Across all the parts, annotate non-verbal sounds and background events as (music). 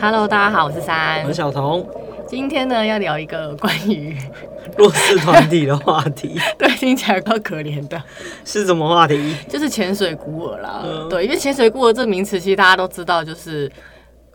Hello，大家好，我是三我是。小童。今天呢，要聊一个关于 (laughs) 弱势团体的话题对听起来比较可怜的，是什么话题？就是潜水孤儿啦。嗯对，因为潜水孤儿这名词，其实大家都知道，就是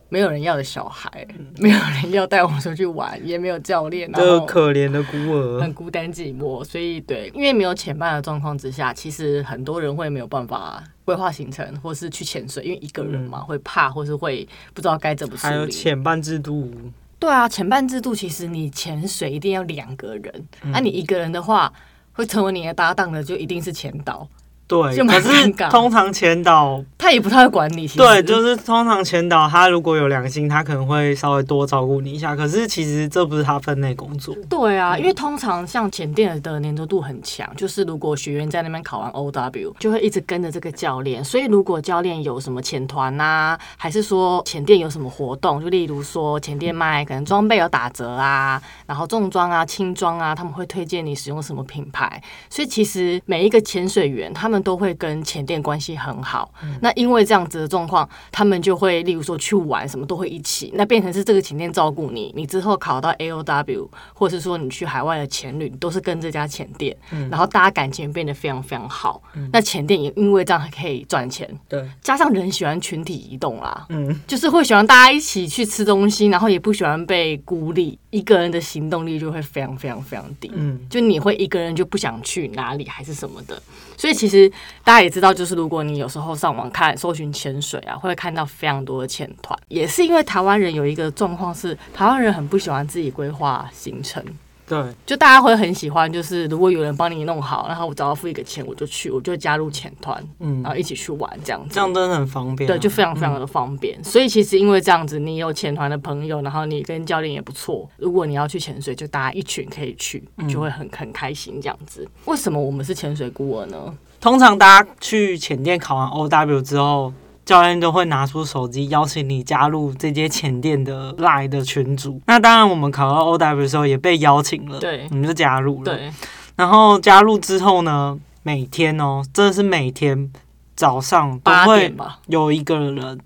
没有人要的小孩，没有人要带我们出去玩，也没有教练，然嗯这后可怜的孤儿很，孤单寂寞。所以，对，因为没有潜伴的状况之下，其实很多人会没有办法规划行程，或是去潜水，因为一个人嘛，会怕，或是会不知道该怎么处嗯还有理。潜伴制度，对啊，潜伴制度其实你潜水一定要两个人，嗯那、你一个人的话，会成为你的搭档的就一定是前导，对，就蛮可是尴尬通常前导，他也不太会管你。其实对，就是通常前导，他如果有良心，他可能会稍微多照顾你一下。可是其实这不是他分内工作，对嗯啊，因为通常像潜店的粘着度很强，就是如果学员在那边考完 OW，就会一直跟着这个教练。所以如果教练有什么潜团呐，还是说潜店有什么活动，就例如说潜店卖可能装备有打折啊，然后重装啊、轻装啊，他们会推荐你使用什么品牌。所以其实每一个潜水员他们都会跟潜店关系很好。那因为这样子的状况，他们就会例如说去玩什么都会一起，那变成是这个潜店照顾你，你之后考到 AOW，或是说你去海外的潜旅，你都是跟这家潜店，然后大家感情变得非常非常好。那潜店也因为这样还可以赚钱，对，加上人喜欢群体移动啦，嗯，就是会喜欢大家一起去吃东西，然后也不喜欢被孤立，一个人的行动力就会非常非常非常低。嗯就你会一个人就不想去哪里还是什么的。所以其实大家也知道，就是如果你有时候上网看搜寻潜水啊，会看到非常多的潜团，也是因为台湾人有一个状况是，台湾人很不喜欢自己规划行程。对，就大家会很喜欢，就是如果有人帮你弄好，然后我只要付一个钱，我就去，我就加入潜团，嗯然，后一起去玩这样子。这样真的很方便啊、对，就非常非常的方便。所以其实因为这样子，你有潜团的朋友，然后你跟教练也不错。如果你要去潜水，就大家一群可以去，嗯就会很很开心这样子。为什么我们是潜水孤儿呢？通常大家去潜店考完 OW 之后，教练都会拿出手机邀请你加入这些潜店的 Line 的群组。那当然，我们考到 OW 的时候也被邀请了，对呃我们就加入了。，对，然后加入之后呢，每天哦，真的是每天早上都八会点吧，有一个人。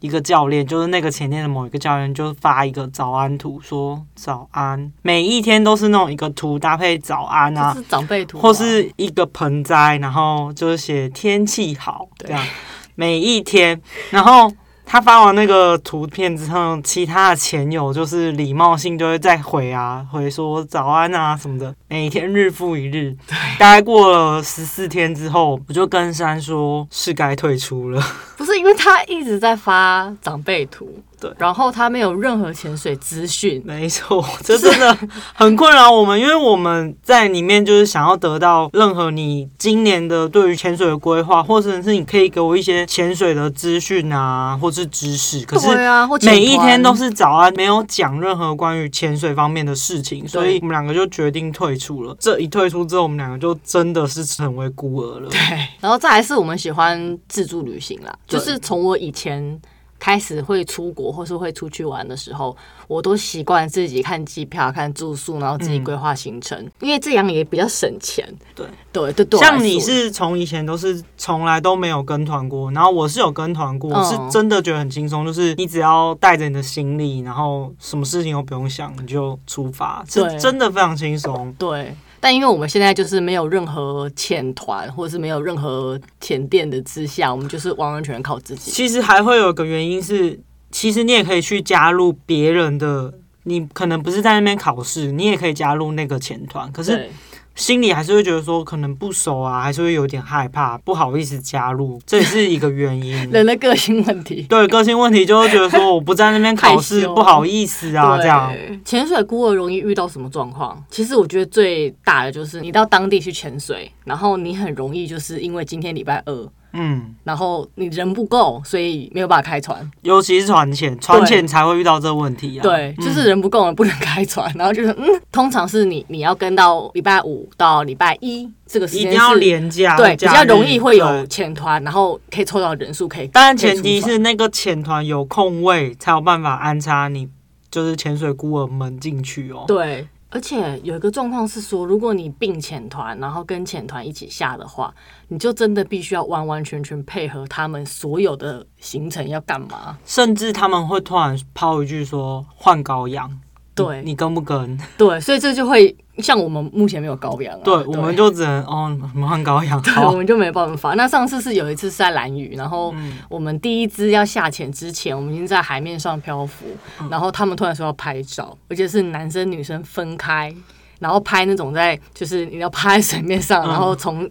一个教练就是那个前店的某一个教练，就发一个早安图，说早安。每一天都是那种一个图搭配早安啊，就是长辈图啊，或是一个盆栽，然后就是写天气好对这样，每一天，然后。他发完那个图片之后，其他的前友就是礼貌性就会再回啊，回说早安啊什么的，每天日复一日。大概过了十四天之后，我就跟珊说是该退出了。不是因为他一直在发长辈图，对然后他没有任何潜水资讯，没错，这真的很困扰我们，因为我们在里面就是想要得到任何你今年的对于潜水的规划，或者是你可以给我一些潜水的资讯啊，或是知识。可对是啊，或每一天都是是早安，没有讲任何关于潜水方面的事情，所以我们两个就决定退出了。这一退出之后，我们两个就真的是成为孤儿了。对，然后再来是我们喜欢自助旅行啦，就对是从我以前开始会出国或是会出去玩的时候，我都习惯自己看机票、看住宿，然后自己规划行程，因为这样也比较省钱。嗯对对对对我来说，像你是从以前都是从来都没有跟团过，然后我是有跟团过，嗯是真的觉得很轻松，就是你只要带着你的行李，然后什么事情都不用想，你就出发，是对真的非常轻松。对。但因为我们现在就是没有任何潜团，或者是没有任何潜店的之下，我们就是完完全全靠自己。其实还会有个原因是，其实你也可以去加入别人的。你可能不是在那边考试，你也可以加入那个前团，可是对，。心里还是会觉得说可能不熟啊，还是会有点害怕，不好意思加入，这也是一个原因 (laughs) 人的个性问题。对个性问题，就会觉得说我不在那边考害试羞不好意思啊， (laughs) 对这样。潜水孤儿容易遇到什么状况？其实我觉得最大的就是你到当地去潜水，然后你很容易就是因为今天礼拜二，嗯，然后你人不够，所以没有办法开船。尤其是船前，船前才会遇到这问题啊。对，就是人不够，不能开船。然后就是嗯，通常是你你要跟到礼拜五到礼拜一这个时一间定要是廉价，对比较假日容易会有对潜团，然后可以抽到人数可以。当然前提可以出是那个潜团有空位，才有办法安插你，就是潜水孤儿们进去哦。对。而且有一个状况是说，如果你并潜团，然后跟潜团一起下的话，你就真的必须要完完全全配合他们所有的行程要干嘛。甚至他们会突然抛一句说换羔羊，对啊你跟不跟？对，所以这就会像我们目前没有羔羊、啊，对，我们就只能哦，我们换羔 (laughs) 羊，对我好， (laughs) 们就没办法。那上次是有一次是在蓝屿，然后嗯我们第一支要下潜之前，我们已经在海面上漂浮，嗯然后他们突然说要拍照，而且是男生女生分开，然后拍那种在就是你要趴在水面上，嗯然后从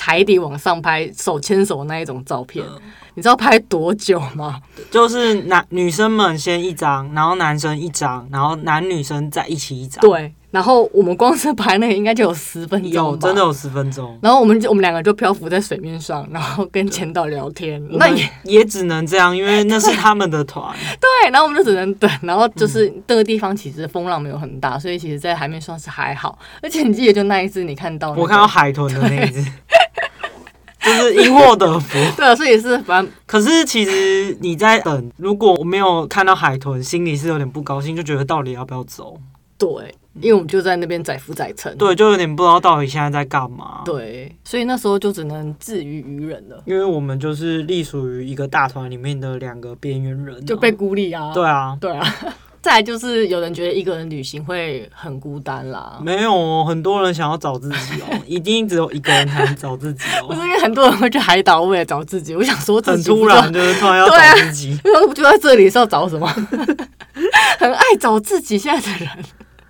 海底往上拍手牵手那一种照片嗯，你知道拍多久吗？就是男女生们先一张，然后男生一张，然后男女生再一起一张，，对，然后我们光是拍那个应该就有十分钟，有真的。有十分钟，然后我们就我们两个就漂浮在水面上，然后跟前导聊天，那我们也也只能这样，因为那是他们 (laughs) 的团，对，然后我们就只能等，然后就是那个地方其实风浪没有很大，所以其实，在海面上是还好。而且你记得就那一哦次你看到、那个我看 (laughs) 到，海豚的那一只， (laughs) 就是因祸得福。 (laughs) 对啊，所以是反正可是其实你在等，如果我没有看到海豚，心里是有点不高兴，就觉得到底要不要走？对，因为我们就在那边载浮载沉，对，就有点不知道到底现在在干嘛。，对，所以那时候就只能自娱于人了，因为我们就是隶属于一个大团里面的两个边缘人啊、就被孤立啊。对啊，对啊， (laughs) 再来就是有人觉得一个人旅行会很孤单啦。没有哦很多人想要找自己 (laughs) 哦，一定只有一个人才能找自己不是哦。因为很多人会去海岛为了找自己，我想说 (laughs) 自很己不突知道然，就是突然要对啊找自己。我不就在这里是要找什么？ (laughs) 很爱找自己现在的人，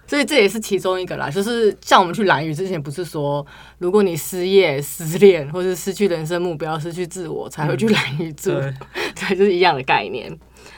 所以这也是其中一个啦。就是像我们去蓝屿之前，不是说如果你失业、失恋，或是失去人生目标、失去自我，才会去蓝屿住，对， (laughs) (laughs) 对，就是一样的概念。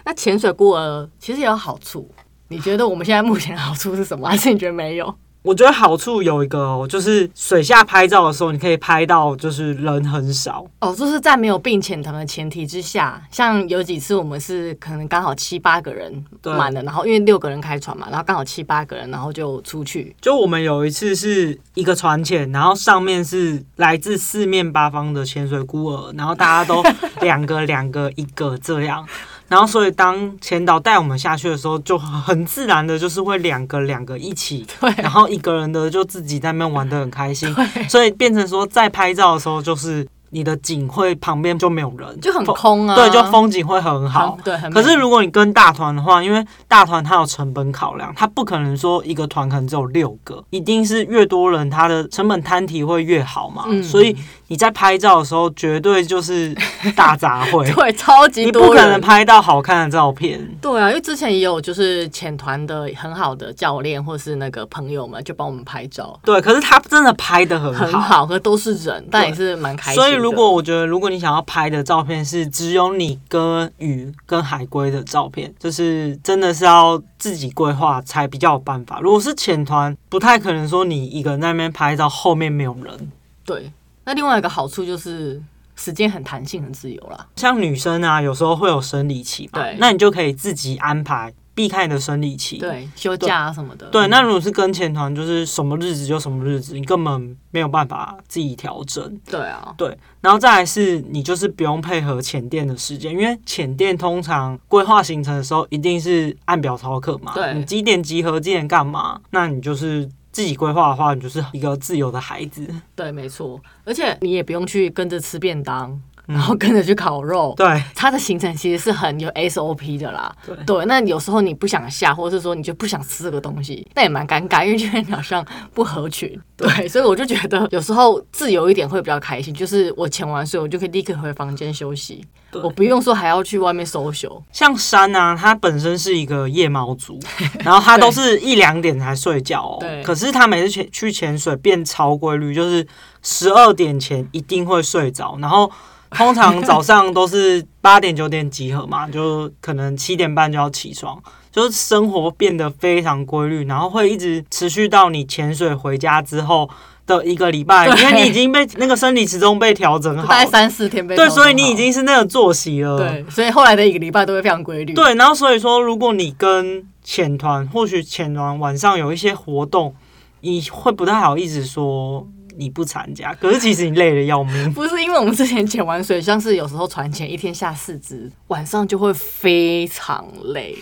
那潜水孤儿其实也有好处，你觉得我们现在目前的好处是什么？还是你觉得没有？我觉得好处有一个哦，就是水下拍照的时候，你可以拍到就是人很少，哦，就是在没有并潜团的前提之下，像有几次我们是可能刚好七八个人对满了，然后因为六个人开船嘛，然后刚好七八个人，然后就出去。就我们有一次是一个船潜，然后上面是来自四面八方的潜水孤儿，然后大家都两个两个一个这样，然后所以当潜导带我们下去的时候，就很自然的就是会两个两个一起， (laughs) 对然后一个人的就自己在那边玩的很开心，所以变成说在拍照的时候，就是你的景会旁边就没有人，就很风空啊，对，就风景会很好很，。对，很可是美如果你跟大团的话，因为大团它有成本考量，它不可能说一个团可能只有六个，一定是越多人，它的成本摊提会越好嘛。嗯所以你在拍照的时候，绝对就是大杂烩，对 (laughs) 超级你多不可能人。拍到好看的照片。对啊，因为之前也有就是潜团的很好的教练或是那个朋友们就帮我们拍照，对，可是它真的拍的很好。很好，可都是人，但也是蛮开心的。所以，如果我觉得，如果你想要拍的照片是只有你跟鱼跟海龟的照片，就是真的是要自己规划才比较有办法。如果是潜团，不太可能说你一个人在那边拍照，后面没有人。对，那另外一个好处就是时间很弹性、很自由啦。像女生啊，有时候会有生理期嘛对，那你就可以自己安排，避开你的生理期。。对，休假啊什么的。对，那如果是跟前团，就是什么日子就什么日子，你根本没有办法自己调整。对啊，对，然后再来是你就是不用配合潜店的时间，因为潜店通常规划行程的时候一定是按表操课嘛，对你几点集合，几点干嘛，那你就是自己规划的话，你就是一个自由的孩子。对，没错。而且你也不用去跟着吃便当，然后跟着去烤肉。对它的行程其实是很有 SOP 的啦。嗯对对，那有时候你不想下，或者是说你就不想吃这个东西，那也蛮尴尬，因为就会好像不合群。对，所以我就觉得有时候自由一点会比较开心，就是我潜完水，我就可以立刻回房间休息，对我不用说还要去外面搜寻。像山啊，它本身是一个夜 (laughs) 猫族，然后它都是一两点才睡觉哦对。可是它每次潜去潜水变超规律，就是十二点前一定会睡着，然后通常早上都是八点九点集合嘛， (laughs) 就可能七点半就要起床，就是生活变得非常规律，然后会一直持续到你潜水回家之后。的一个礼拜，因对为你已经被那个生理时钟被调整好 (laughs) 大概了，三四天被对，偷所以弄你好已经是那个作息了。对，所以后来的一个礼拜都会非常规律。。对，然后所以说，如果你跟潜团，或许潜团晚上有一些活动，你会不太好意思说你不参加，可是其实你累得要命不是因为我们之前潜完水，像是有时候船潜一天下四只， (laughs) 晚上就会非常累，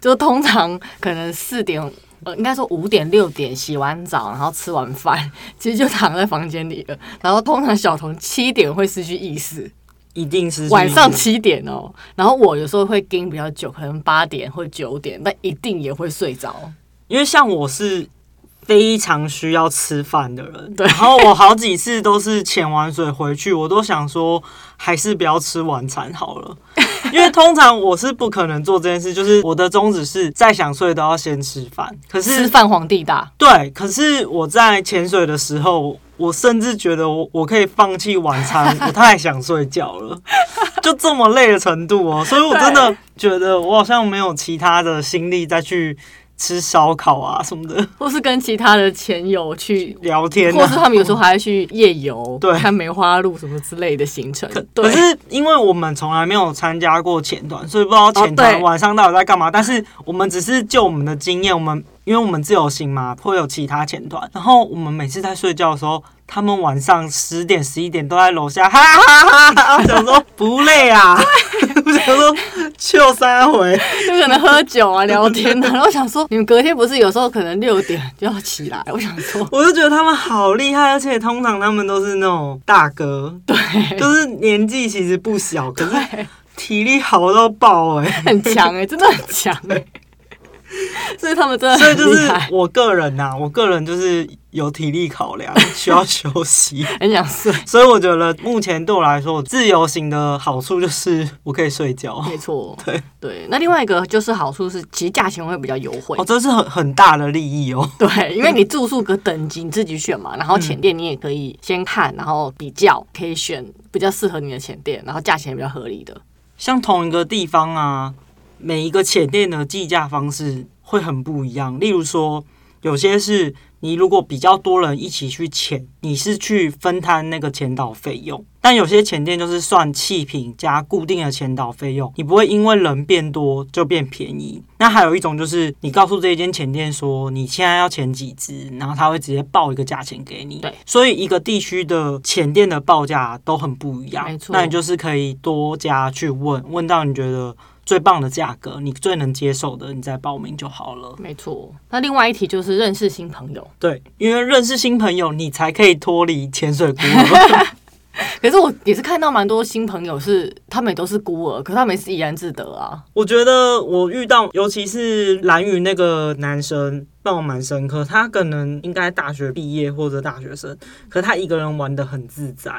就通常可能四点呃，应该说五点六点洗完澡，然后吃完饭， (laughs) 其实就躺在房间里了。然后通常小童七点会失去意识， (laughs) 一定是晚上七点哦。然后我有时候会盯比较久，可能八点或九点，但一定也会睡着。因为像我是非常需要吃饭的人，然后我好几次都是潜完水回去，我都想说还是不要吃晚餐好了， (laughs) 因为通常我是不可能做这件事，就是我的宗旨是再想睡都要先吃饭，可吃是饭皇帝大，对，可是我在潜水的时候。我甚至觉得我我可以放弃 (laughs) 晚餐，我太想睡觉了，就这么累的程度哦、所以我真的觉得我好像没有其他的心力再去吃烧烤啊什么的。或是跟其他的前友去。聊天、或是啊。他们有时候还会去夜游，对看梅花鹿什么之类的行程。对可，是因为我们从来没有参加过前团，所以不知道前哦团对晚上到底在干嘛。但是我们只是就我们的经验，我们因为我们自由行嘛，会有其他前团。然后我们每次在睡觉的时候，他们晚上十点、十一点都在楼下， (laughs) 哈哈哈哈哈，想说不累啊， (laughs) 我想说就三回。就可能喝酒啊、聊天啊，然后想说，你们隔天不是有时候可能六点就要起来？我想 (laughs) 说，我就觉得他们好厉害，而且通常他们都是那种大哥，对，就是年纪其实不小，可是对，体力好到爆哎、很强哎、真的很强哎、 (laughs) 所以他们真的所以就很厉是害，我个人呐、我个人就是有体力考量，需要休息。 (laughs) 很想睡。所以我觉得目前对我来说，自由行的好处就是我可以睡觉。 (laughs) 没错，对对。那另外一个就是好处是，其实价钱会比较优惠。哦，这是很很大的利益哦。对，因为你住宿个等级你自己选嘛，然后浅店你也可以先看，然后比较可以选比较适合你的浅店，然后价钱也比较合理的。像同一个地方啊，每一个浅店的计价方式会很不一样。例如说，有些是你如果比较多人一起去潜，你是去分摊那个潜导费用；但有些浅店就是算气瓶加固定的潜导费用，你不会因为人变多就变便宜。那还有一种就是你告诉这一间浅店说你现在要潜几只，然后他会直接报一个价钱给你。对，所以一个地区的浅店的报价都很不一样。没错那你就。就是可以多加去问，问到你觉得最棒的价格，你最能接受的，你再报名就好了。没错。那另外一题就是认识新朋友，对，因为认识新朋友，你才可以脱离潜水孤儿。可是我也是看到蛮多新朋友是他们也都是孤儿，可是他们也是怡然自得啊。 (laughs) 我觉得我遇到，尤其是蓝宇那个男生，让我蛮深刻。他可能应该大学毕业或者大学生，可他一个人玩的很自在。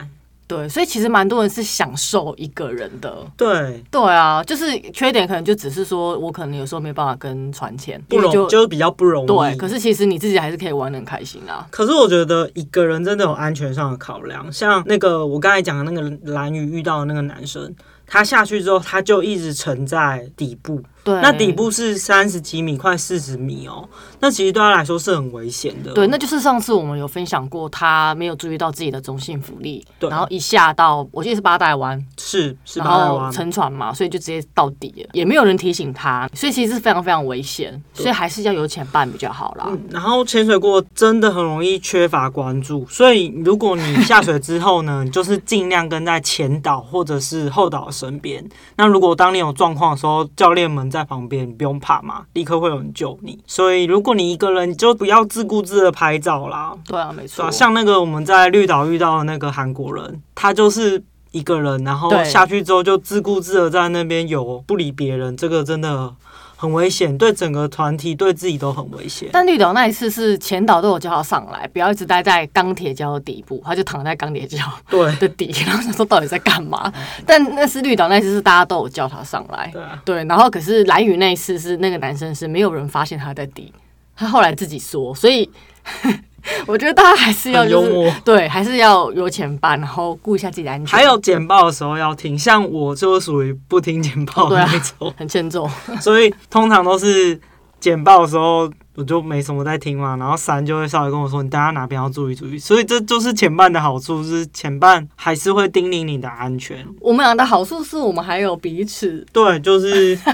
对，所以其实蛮多人是享受一个人的。对，对啊，就是缺点可能就只是说我可能有时候没办法跟传钱，不因为容就是比较不容易。对。可是其实你自己还是可以玩的很开心啊。可是我觉得一个人真的有安全上的考量，像那个我刚才讲的那个蓝宇遇到的那个男生，他下去之后他就一直沉在底部，对，那底部是三十几米，快四十米哦，那其实对他来说是很危险的。对，那就是上次我们有分享过，他没有注意到自己的中性浮力，对然后一下到我记得是八代湾，是是然八大后湾。沉船嘛，所以就直接到底了，也没有人提醒他，所以其实是非常非常危险，所以还是要有潜伴比较好啦。嗯然后潜水过真的很容易缺乏关注，所以如果你下水之后呢，你就是尽量跟在前导或者是后导身边。那如果当你有状况的时候，教练们在旁边，你不用怕嘛，立刻会有人救你。所以如果你一个人，你就不要自顾自的拍照啦。对啊，没对错啊，，像那个我们在绿岛遇到的那个韩国人，他就是一个人，然后对下去之后就自顾自的在那边游，不理别人，这个真的很危险，对整个团体对自己都很危险。但绿岛那一次是前导都有叫他上来，不要一直待在钢铁礁的底部，他就躺在钢铁礁对。的底， (laughs) 然后想说到底在干嘛？但那是绿岛那一次是大家都有叫他上来，嗯对啊，对，然后可是蓝宇那一次是那个男生是没有人发现他在底，他后来自己说，所以 (laughs) 我觉得大家还是要、很就幽是、嗯默。 (laughs) 对，还是要有钱办，然后顾一下自己的安全，还有简报的时候要听，像我就属于不听简报的啊那种，很欠揍，所以通常都是简报的时候我就没什么在听嘛，然后三就会稍微跟我说你大家哪边要注意注意，所以这就是前半的好处，就是前半还是会叮咛你的安全，我们俩的好处是我们还有彼此，对，就是 (laughs) 啊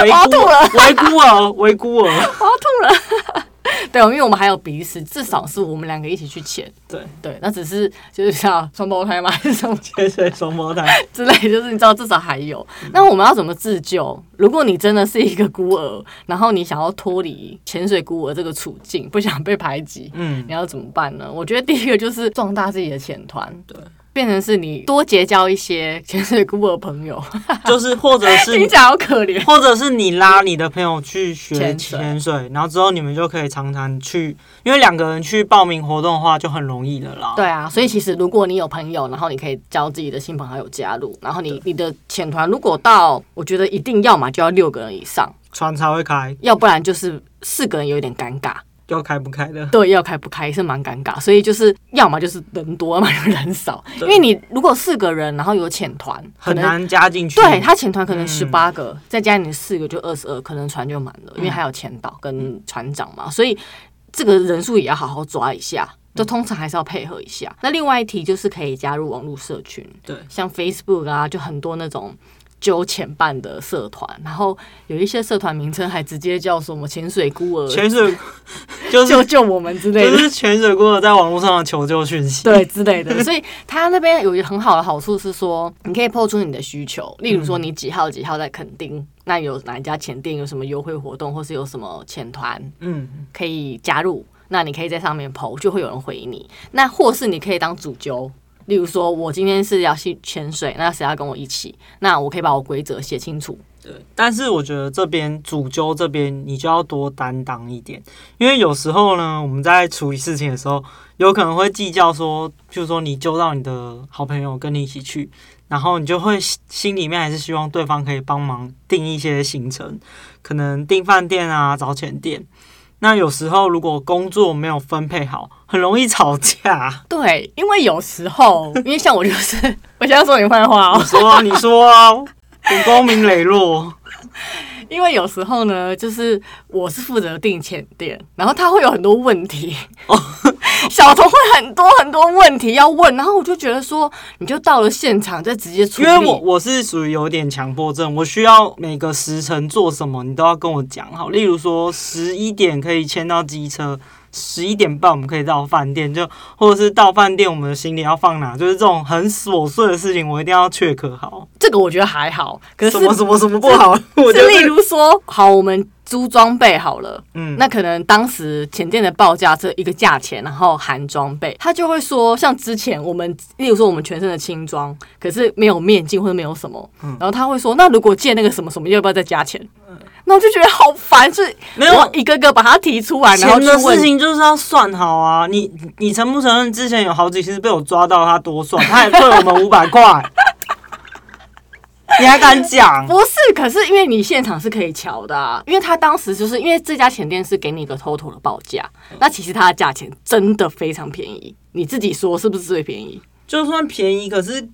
我维要孤吐了维孤儿维孤儿，我要吐了。对，因为我们还有彼此，至少是我们两个一起去潜。对对，那只是就是像双胞胎嘛，还是什么对对，双胞胎，之类，就是你知道至少还有。嗯那我们要怎么自救？如果你真的是一个孤儿，然后你想要脱离潜水孤儿这个处境，不想被排挤，(laughs) 嗯你，要怎么办呢？我觉得第一个就是壮大自己的潜团，对，变成是你多结交一些潜水孤儿朋友，就是或者是听起来好可怜。 (laughs) 或者是你拉你的朋友去学潜水潜水，然后之后你们就可以常常去，因为两个人去报名活动的话就很容易的啦。对啊，所以其实如果你有朋友，然后你可以交自己的亲朋好友加入，然后你你的潜团如果到，我觉得一定要嘛就要六个人以上，船才会开，要不然就是四个人有点尴尬。要开不开的。对，要开不开是蛮尴尬，所以就是要么就是人多，要么就人少。因对为你如果四个人，然后有潜团，可很能难加进去，对他潜团可能嗯嗯十八个，再加你四个就二十二，可能船就满了，因为还有前导跟船长嘛，所以这个人数也要好好抓一下。嗯就通常还是要配合一下。那另外一题就是可以加入网络社群，对像 Facebook 啊，就很多那种揪潜办的社团，然后有一些社团名称还直接叫什么潜水孤儿，潜水就是救救我们之类就的。是潜水锅在网络上的求救讯息，对之类 (laughs) 的，所以他那边有一个很好的好处是说，你可以抛出你的需求，例如说你几号几号在垦丁，那有哪一家前店有什么优惠活动，或是有什么潜团嗯，可以加入，那你可以在上面抛，就会有人回你。那或是你可以当主揪，例如说我今天是要去潜水，那谁要跟我一起？那我可以把我规则写清楚。对。但是我觉得这边主揪这边你就要多担当一点，因为有时候呢，我们在处理事情的时候，有可能会计较说，譬如说你揪到你的好朋友跟你一起去，然后你就会心心里面还是希望对方可以帮忙订一些行程，可能订饭店啊、找钱店。那有时候如果工作没有分配好，很容易吵架。 (laughs) 对，因为有时候，因为像我就是， (laughs) 我现在说你坏话哦你。说啊，你说啊，我光明磊落。因为有时候呢，就是我是负责订前店，然后他会有很多问题，哦 (laughs) 小童会很多很多问题要问，然后我就觉得说，你就到了现场再直接处因理。为我我是属于有点强迫症，我需要每个时辰做什么，你都要跟我讲好。例如说，十一点可以签到机车，十一点半我们可以到饭店，就或者是到饭店我们的行李要放哪，就是这种很琐碎的事情，我一定要确可好。这个我觉得还好，可是 (laughs) 什么什么什么不 (laughs) 好，我觉是得例如说，好，我们租装备好了，嗯那可能当时前店的报价这一个价钱，然后含装备，他就会说，像之前我们，例如说我们全身的轻装，可是没有面镜或者没有什么，嗯然后他会说，那如果借那个什么什么，要不要再加钱？那我就觉得好烦，是没有我一个个把它提出来，然后钱去的问事情就是要算好啊！你你你承不承认？之前有好几次被我抓到他多算，他也退我们五百块， (laughs) 你还敢讲？不是，可是因为你现场是可以瞧的、啊，因为他当时就是因为这家前店是给你一个 total 的报价，那其实它的价钱真的非常便宜，你自己说是不是最便 (laughs) 宜？就算便宜，可是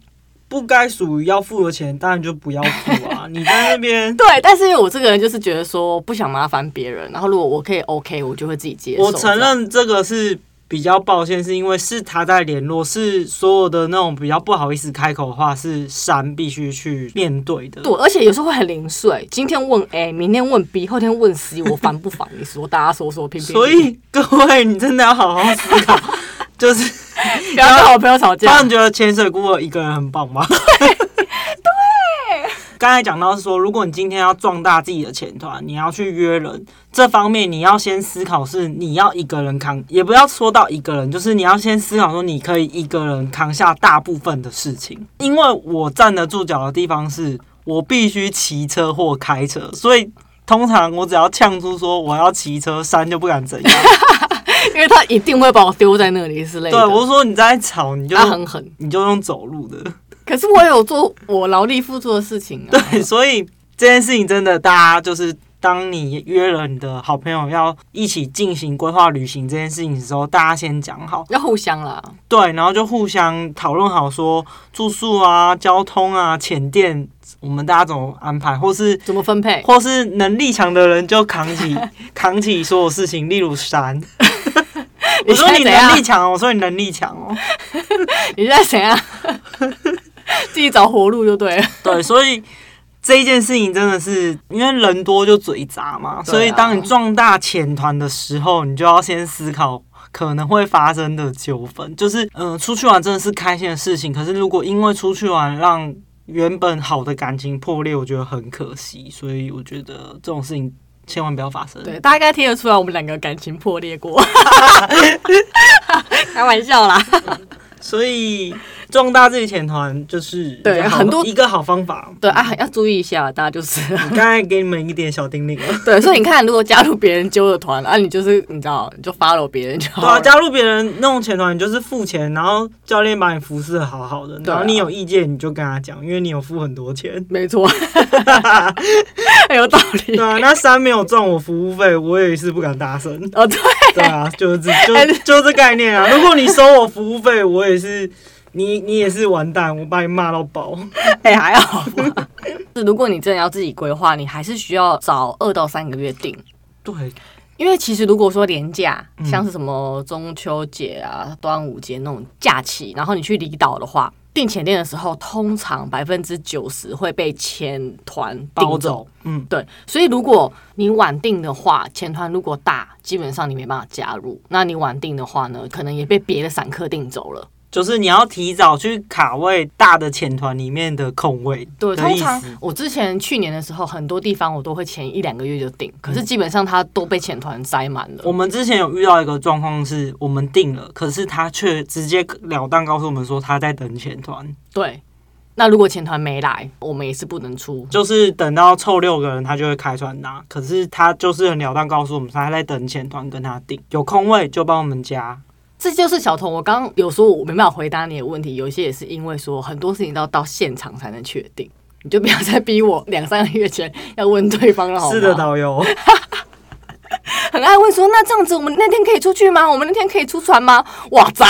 不该属于要付的钱，当然就不要付啊！你在 (laughs) 那边，对，但是因为我这个人就是觉得说不想麻烦别人，然后如果我可以 OK，我就会自己接受。我承，认这个是比较抱歉，是因为是他在联络，是所有的那种比较不好意思开口的话，是山必须去面对的。对，而且有时候会很零碎，今天问 A，明天问 B，后天问 C，我烦不烦？你说，大家说说拼拼。所以各位，你真的要好好思考，就是不要跟好朋友吵 (laughs) 他架们。觉得潜水孤儿一个人很棒 (laughs) 吗？对。刚才讲到是说，如果你今天要壮大自己的前团，你要去约人，这方面你要先思考是你要一个人扛，也不要说到一个人，就是你要先思考说你可以一个人扛下大部分的事情。因为我站得住脚的地方是我必须骑车或开车，所以通常我只要呛出说我要骑车，山就不敢怎样。因为他一定会把我丢在那里之啊类的。对，我是说你在吵，你就他很狠，你就用走路的。可是我有做我劳力付出的事情啊。 (laughs) 对，所以这件事情真的，大家就是当你约了你的好朋友要一起进行规划旅行这件事情的时候，大家先讲 (laughs) 好，要互相啦，对，然后就互相讨论好说住宿啊、交通啊、浅店，我们大家怎么安排，或是。怎么分配？或是能力强的人就扛起扛起所有事情，例 (laughs) 如山。我说你现在怎样 (laughs) 能力强哦，我说你能力强哦。你在怎样？自己找活路就对了。对，所以这一件事情真的是因为人多就嘴杂嘛，对啊所以当你壮大潜团的时候，你就要先思考。可能会发生的纠纷，就是嗯、呃出去玩真的是开心的事情。可是如果因为出去玩让原本好的感情破裂，我觉得很可惜。所以我觉得这种事情千万不要发生。对，大家应该听得出来，我们两个感情破裂过， (laughs) 开玩笑啦。所以壮大自己潜团就是对一个好很多一个好 (laughs) 方法。对啊，要注意一下，大家就是。我刚才给你们一点小叮咛了对，所以你看，如果加入别人揪的团，啊，你就是你知道，你就 follow 别人就好对啊，了。加入别人那种钱团，你就是付钱，然后教练把你服侍的好好的，对啊。然后你有意见你就跟他讲，因为你有付很多钱 (laughs) 没错， (laughs) 很有道理。对。啊，那三没有赚我服务费，我也是不敢大声 (laughs) 哦，对，对啊，就是这就就是这概念啊。如果你收我服务费，我也是你你也是完蛋，我把你骂到爆。哎、还好吧。是如果你真的要自己规划，你还是需要找二到三个月定。对，因为其实如果说廉价，嗯像是什么中秋节啊、端午节那种假期，然后你去离岛的话，订前店的时候，通常百分之九十会被前团包订走。嗯，对，所以如果你晚订的话，前团如果大，基本上你没办法加入。那你晚订的话呢，可能也被别的散客订走了。就是你要提早去卡位大的钱团里面的空位对，的通意常思。我之前去年的时候，很多地方我都会前一两个月就订，可是嗯基本上它都被前团塞满了。我们之前有遇到一个状况，是我们定了，可是他却直截了当告诉我们说他在等前团，对，那如果前团没来，我们也是不能出。就是等到凑六个人他就会开船拿，可是他就是很了当告诉我们他在等前团跟他定，有空位就帮我们加。这就是小童，我刚刚有说我没办法回答你的问题，有一些也是因为说很多事情都要到现场才能确定，你就不要再逼我两三个月前要问对方了，好吗？是的，导游，很爱问说，那这样子我们那天可以出去吗？我们那天可以出船吗？哇塞，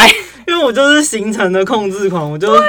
因为我就是行程的控制狂，我就是啊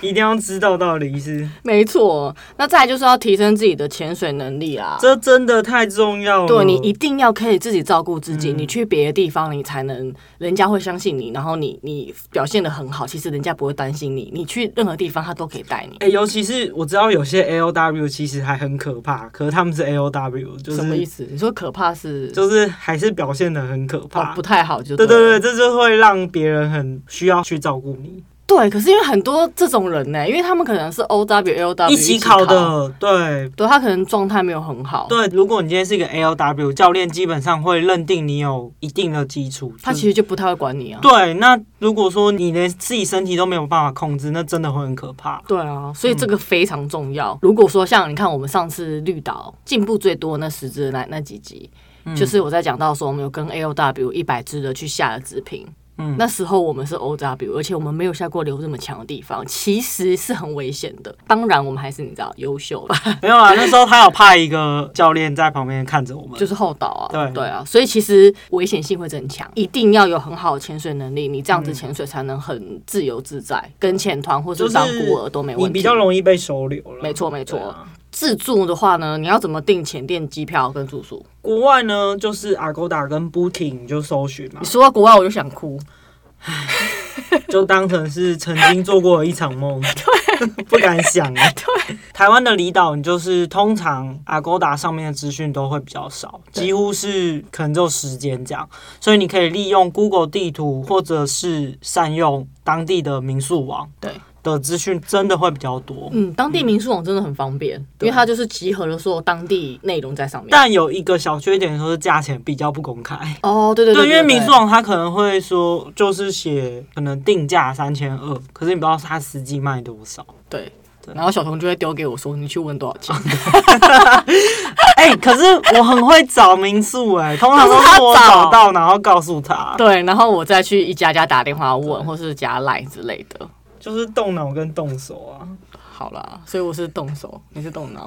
很、一定要知道到底是，没错，那再来就是要提升自己的潜水能力啦。这真的太重要了。对你一定要可以自己照顾自嗯己，你去别的地方你才能，人家会相信你，然后你你表现的很好，其实人家不会担心你，你去任何地方他都可以带你。哎、尤其是我知道有些 L W 其实还很可怕，可是他们是 L W，就是什么意思？你说可怕是就是还是表现的很可哦怕，不太好就对对对了对，这就会让别人很需要去照顾你，对可是因为很多这种人呢、因为他们可能是 O W L W 一起考，的，对。对他可能状态没有很好，对，如果你今天是一个 L W 教练，基本上会认定你有一定的基础。他就其实就不太会管你啊。对，那如果说你连自己身体都没有办法控制，那真的会很可怕。对啊，所以这个非常重要。如果说像你看我们上次绿岛进步最多那十支的那那几集，嗯就是我在讲到说我们有跟 A O W 一百支的去下了直评。嗯那时候我们是 O W，而且我们没有下过流这么强的地方，其实是很危险的。当然，我们还是你知道优秀吧，没有啊，那时候他有派一个教练在旁边看着我们，就是后导啊，对啊，所以其实危险性会增强，一定要有很好的潜水能力，你这样子潜水才能很自由自在，跟潜团或嗯就是是当孤儿都没问你题。比较容易被收留了。没错，没错。对啊自助的话呢，你要怎么订前店、机票跟住宿？国外呢，就是 Agoda 跟 Booking 就搜寻嘛你，说到国外我就想哭， (laughs) 就当成是曾经做过的一场梦， (laughs) 不敢想 (laughs) 啊。台湾的离岛，你就是通常 Agoda 上面的资讯都会比较少，对几乎是可能就时间这样，所以你可以利用 Google 地图或者是善用当地的民宿网，对的资讯真的会比较多。嗯，当地民宿网真的很方便，因为它就是集合了所有当地内容在上面。但有一个小缺点，就是价钱比较不公开。哦，对对对对，因为民宿网它可能会说，就是写可能定价三千二，可是你不知道它实际卖多少。对，然后小童就会丢给我说：“你去问多少钱？” (laughs) 哎、可是我很会找民宿哎、通常都是我找到，然后告诉他，对，然后我再去一家家打电话问，或是加赖之类的。就是动脑跟动手啊。 (laughs) 好啦，所以我是动手，你是动脑，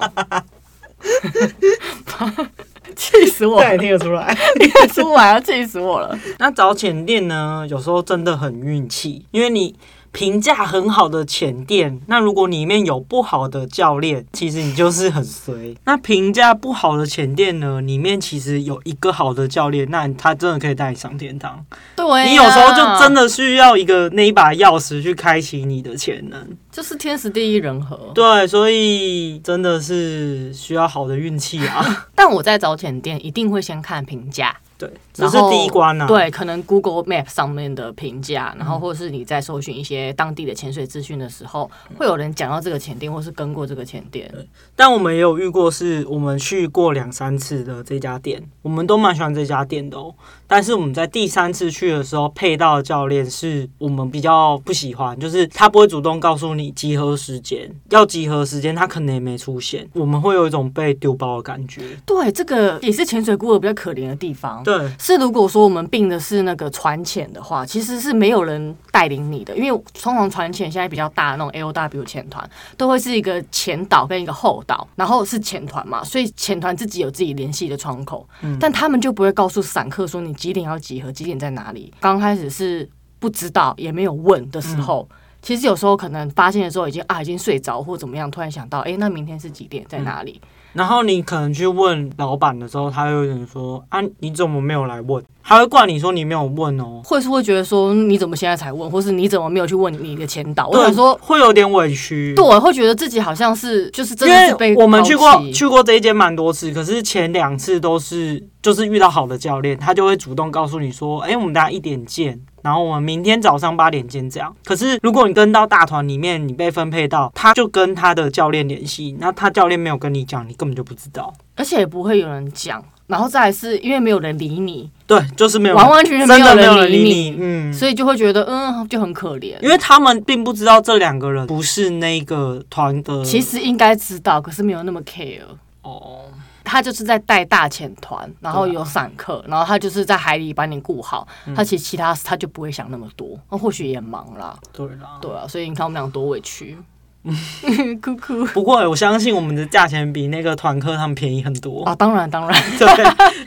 (laughs) 气死我这也了！听得出来。你看出来啊，气死我了。那找浅店呢，有时候真的很运气，因为你评价很好的潜店，那如果里面有不好的教练，其实你就是很衰。那评价不好的潜店呢，里面其实有一个好的教练，那他真的可以带你上天堂。对、啊你有时候就真的需要一个那一把钥匙去开启你的潜能。就是天时地利人和。对，所以真的是需要好的运气 (laughs) 啊。但我在找浅店一定会先看评价， (laughs) 对，这然是后第一关啊。嗯对，可能 Google Map 上面的评价，然后或者是你在搜寻一些当地的潜水资讯的时候，嗯会有人讲到这个潜店，或是跟过这个潜店。但我们也有遇过，是我们去过两三次的这家店，我们都蛮喜欢这家店的哦。但是我们在第三次去的时候，配到的教练是我们比较不喜欢，就是他不会主动告诉你集合时间，要集合时间他可能也没出现，我们会有一种被丢包的感觉。对，这个也是潜水孤儿比较可怜的地方。对，是如果说我们并的是那个船潜的话，其实是没有人带领你的，因为通常船潜现在比较大的那种 L W 潜团，都会是一个前导跟一个后导，然后是潜团嘛，所以潜团自己有自己联系的窗口，但他们就不会告诉散客说你几点要集合，几点在哪里。刚开始是不知道也没有问的时候。其实有时候可能发现的时候已经啊已经睡着或怎么样，突然想到，哎，那明天是几点，在哪里？然后你可能去问老板的时候，他会有点说啊，你怎么没有来问？他会怪你说你没有问哦。或者是会觉得说嗯你怎么现在才问，或是你怎么没有去问你的前导？我对啊想说，会有点委屈。对，我会觉得自己好像是就是真的是因被为我们去抛过弃去过这一间蛮多次，可是前两次都是就是遇到好的教练，他就会主动告诉你说，哎、我们大家一点见。然后我们明天早上八点见，这样。可是如果你跟到大团里面，你被分配到，他就跟他的教练联系，那他教练没有跟你讲，你根本就不知道。而且也不会有人讲。然后再来是因为没有人理你，对，就是没有人，完完全全真的没没有人有人理理你你。嗯，所以就会觉得嗯就很可怜。因为他们并不知道这两个人不是那个团的。其实应该知道，可是没有那么 care。哦，他就是在带大潜团，然后对啊嗯有散客，然后他就是在海里把你顾好。他其实其他他就不会想那么多，那或许也忙啦，对啦，对啊。所以你看我们俩多委屈，嗯 (laughs) 哭哭不过我相信我们的价钱比那个团客他们便宜很多。啊！当然当然， (laughs) 对，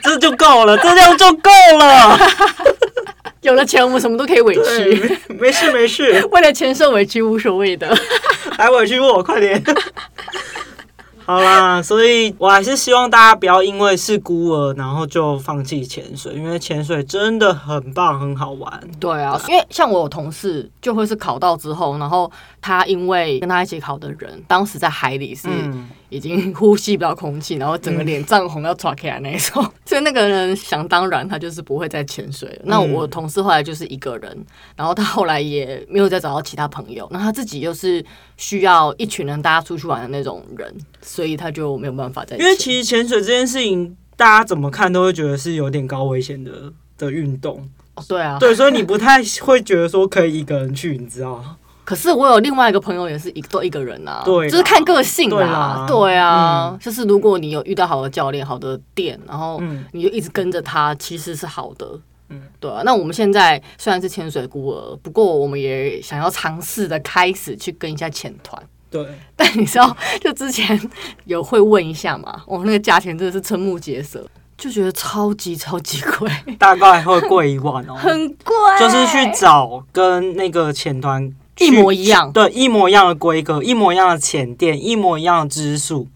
这就够了，这样就够了。有了钱我们什么都可以委屈。对，没事没事， (laughs) 为了钱受委屈无所谓的。来委屈我，快点。 (laughs) 好啦，所以我还是希望大家不要因为是孤儿，然后就放弃潜水，因为潜水真的很棒，很好玩。对啊，因为像我有同事就会是考到之后，然后他因为跟他一起考的人，当时在海里是嗯已经呼吸不到空气，然后整个脸涨红要抓起来那一种， (laughs) 所以那个人想当然他就是不会再潜水了。嗯那我同事后来就是一个人，然后他后来也没有再找到其他朋友，那他自己又是需要一群人大家出去玩的那种人，所以他就没有办法再潜。因为其实潜水这件事情，大家怎么看都会觉得是有点高危险的的运动，哦对啊， (laughs) 对，所以你不太会觉得说可以一个人去，你知 (laughs) 道吗？可是我有另外一个朋友也是一都一个人啊，对啦就是看个性对啦啦，对啊，就是如果你有遇到好的教练、好的店，然后嗯你就一直跟着他，其实是好的。对啊，那我们现在虽然是潜水孤儿，不过我们也想要尝试的开始去跟一下潜团。 (laughs) 对，但你知道，就之前有会问一下嘛，我、那个价钱真的是瞠目结舌，就觉得超级超级贵，大概会贵一万 (laughs) 哦、很贵，嗯就是去找跟那个前端一模一样对，一模一样的规格，一模一样的浅店，一模一样的支数，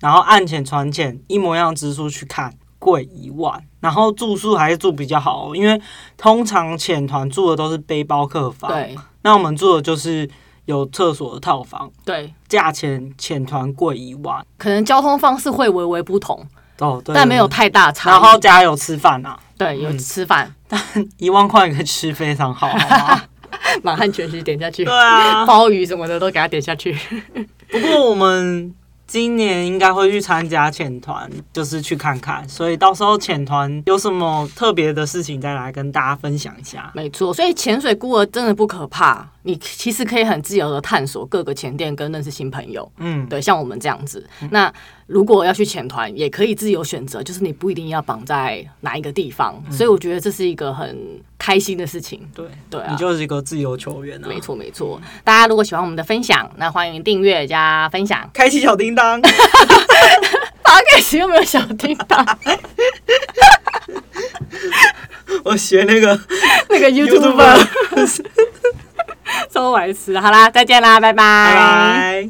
然后暗浅、船浅一模一样的支数去看，贵一万。然后住宿还是住比较好哦，因为通常浅团住的都是背包客房，对那我们住的就是有厕所的套房，对，价钱浅团贵一万可能交通方式会微微不同，哦，对，但没有对。太大差异。然后加有吃饭啊，对，有吃饭，一万块可以吃非常好，好 (laughs) 吗嗯满汉全席点下去 (laughs) 对，啊，鲍鱼什么的都给他点下去。不过我们今年应该会去参加潜团，就是去看看，所以到时候潜团有什么特别的事情再来跟大家分享一下。没错，所以潜水孤儿真的不可怕，你其实可以很自由的探索各个潜店跟认识新朋友。嗯，对，像我们这样子。那如果要去潜团，也可以自由选择，就是你不一定要绑在哪一个地方。所以我觉得这是一个很开心的事情。对，对啊你。就是一个自由球员啊，没错，没错。大家如果喜欢我们的分享，那欢迎订阅加分享。 (laughs) 开启小叮当， p o d c 又没有小叮当，我学那个那个 YouTuber (laughs) YouTuber。超白痴。好啦，再见啦，拜拜拜拜。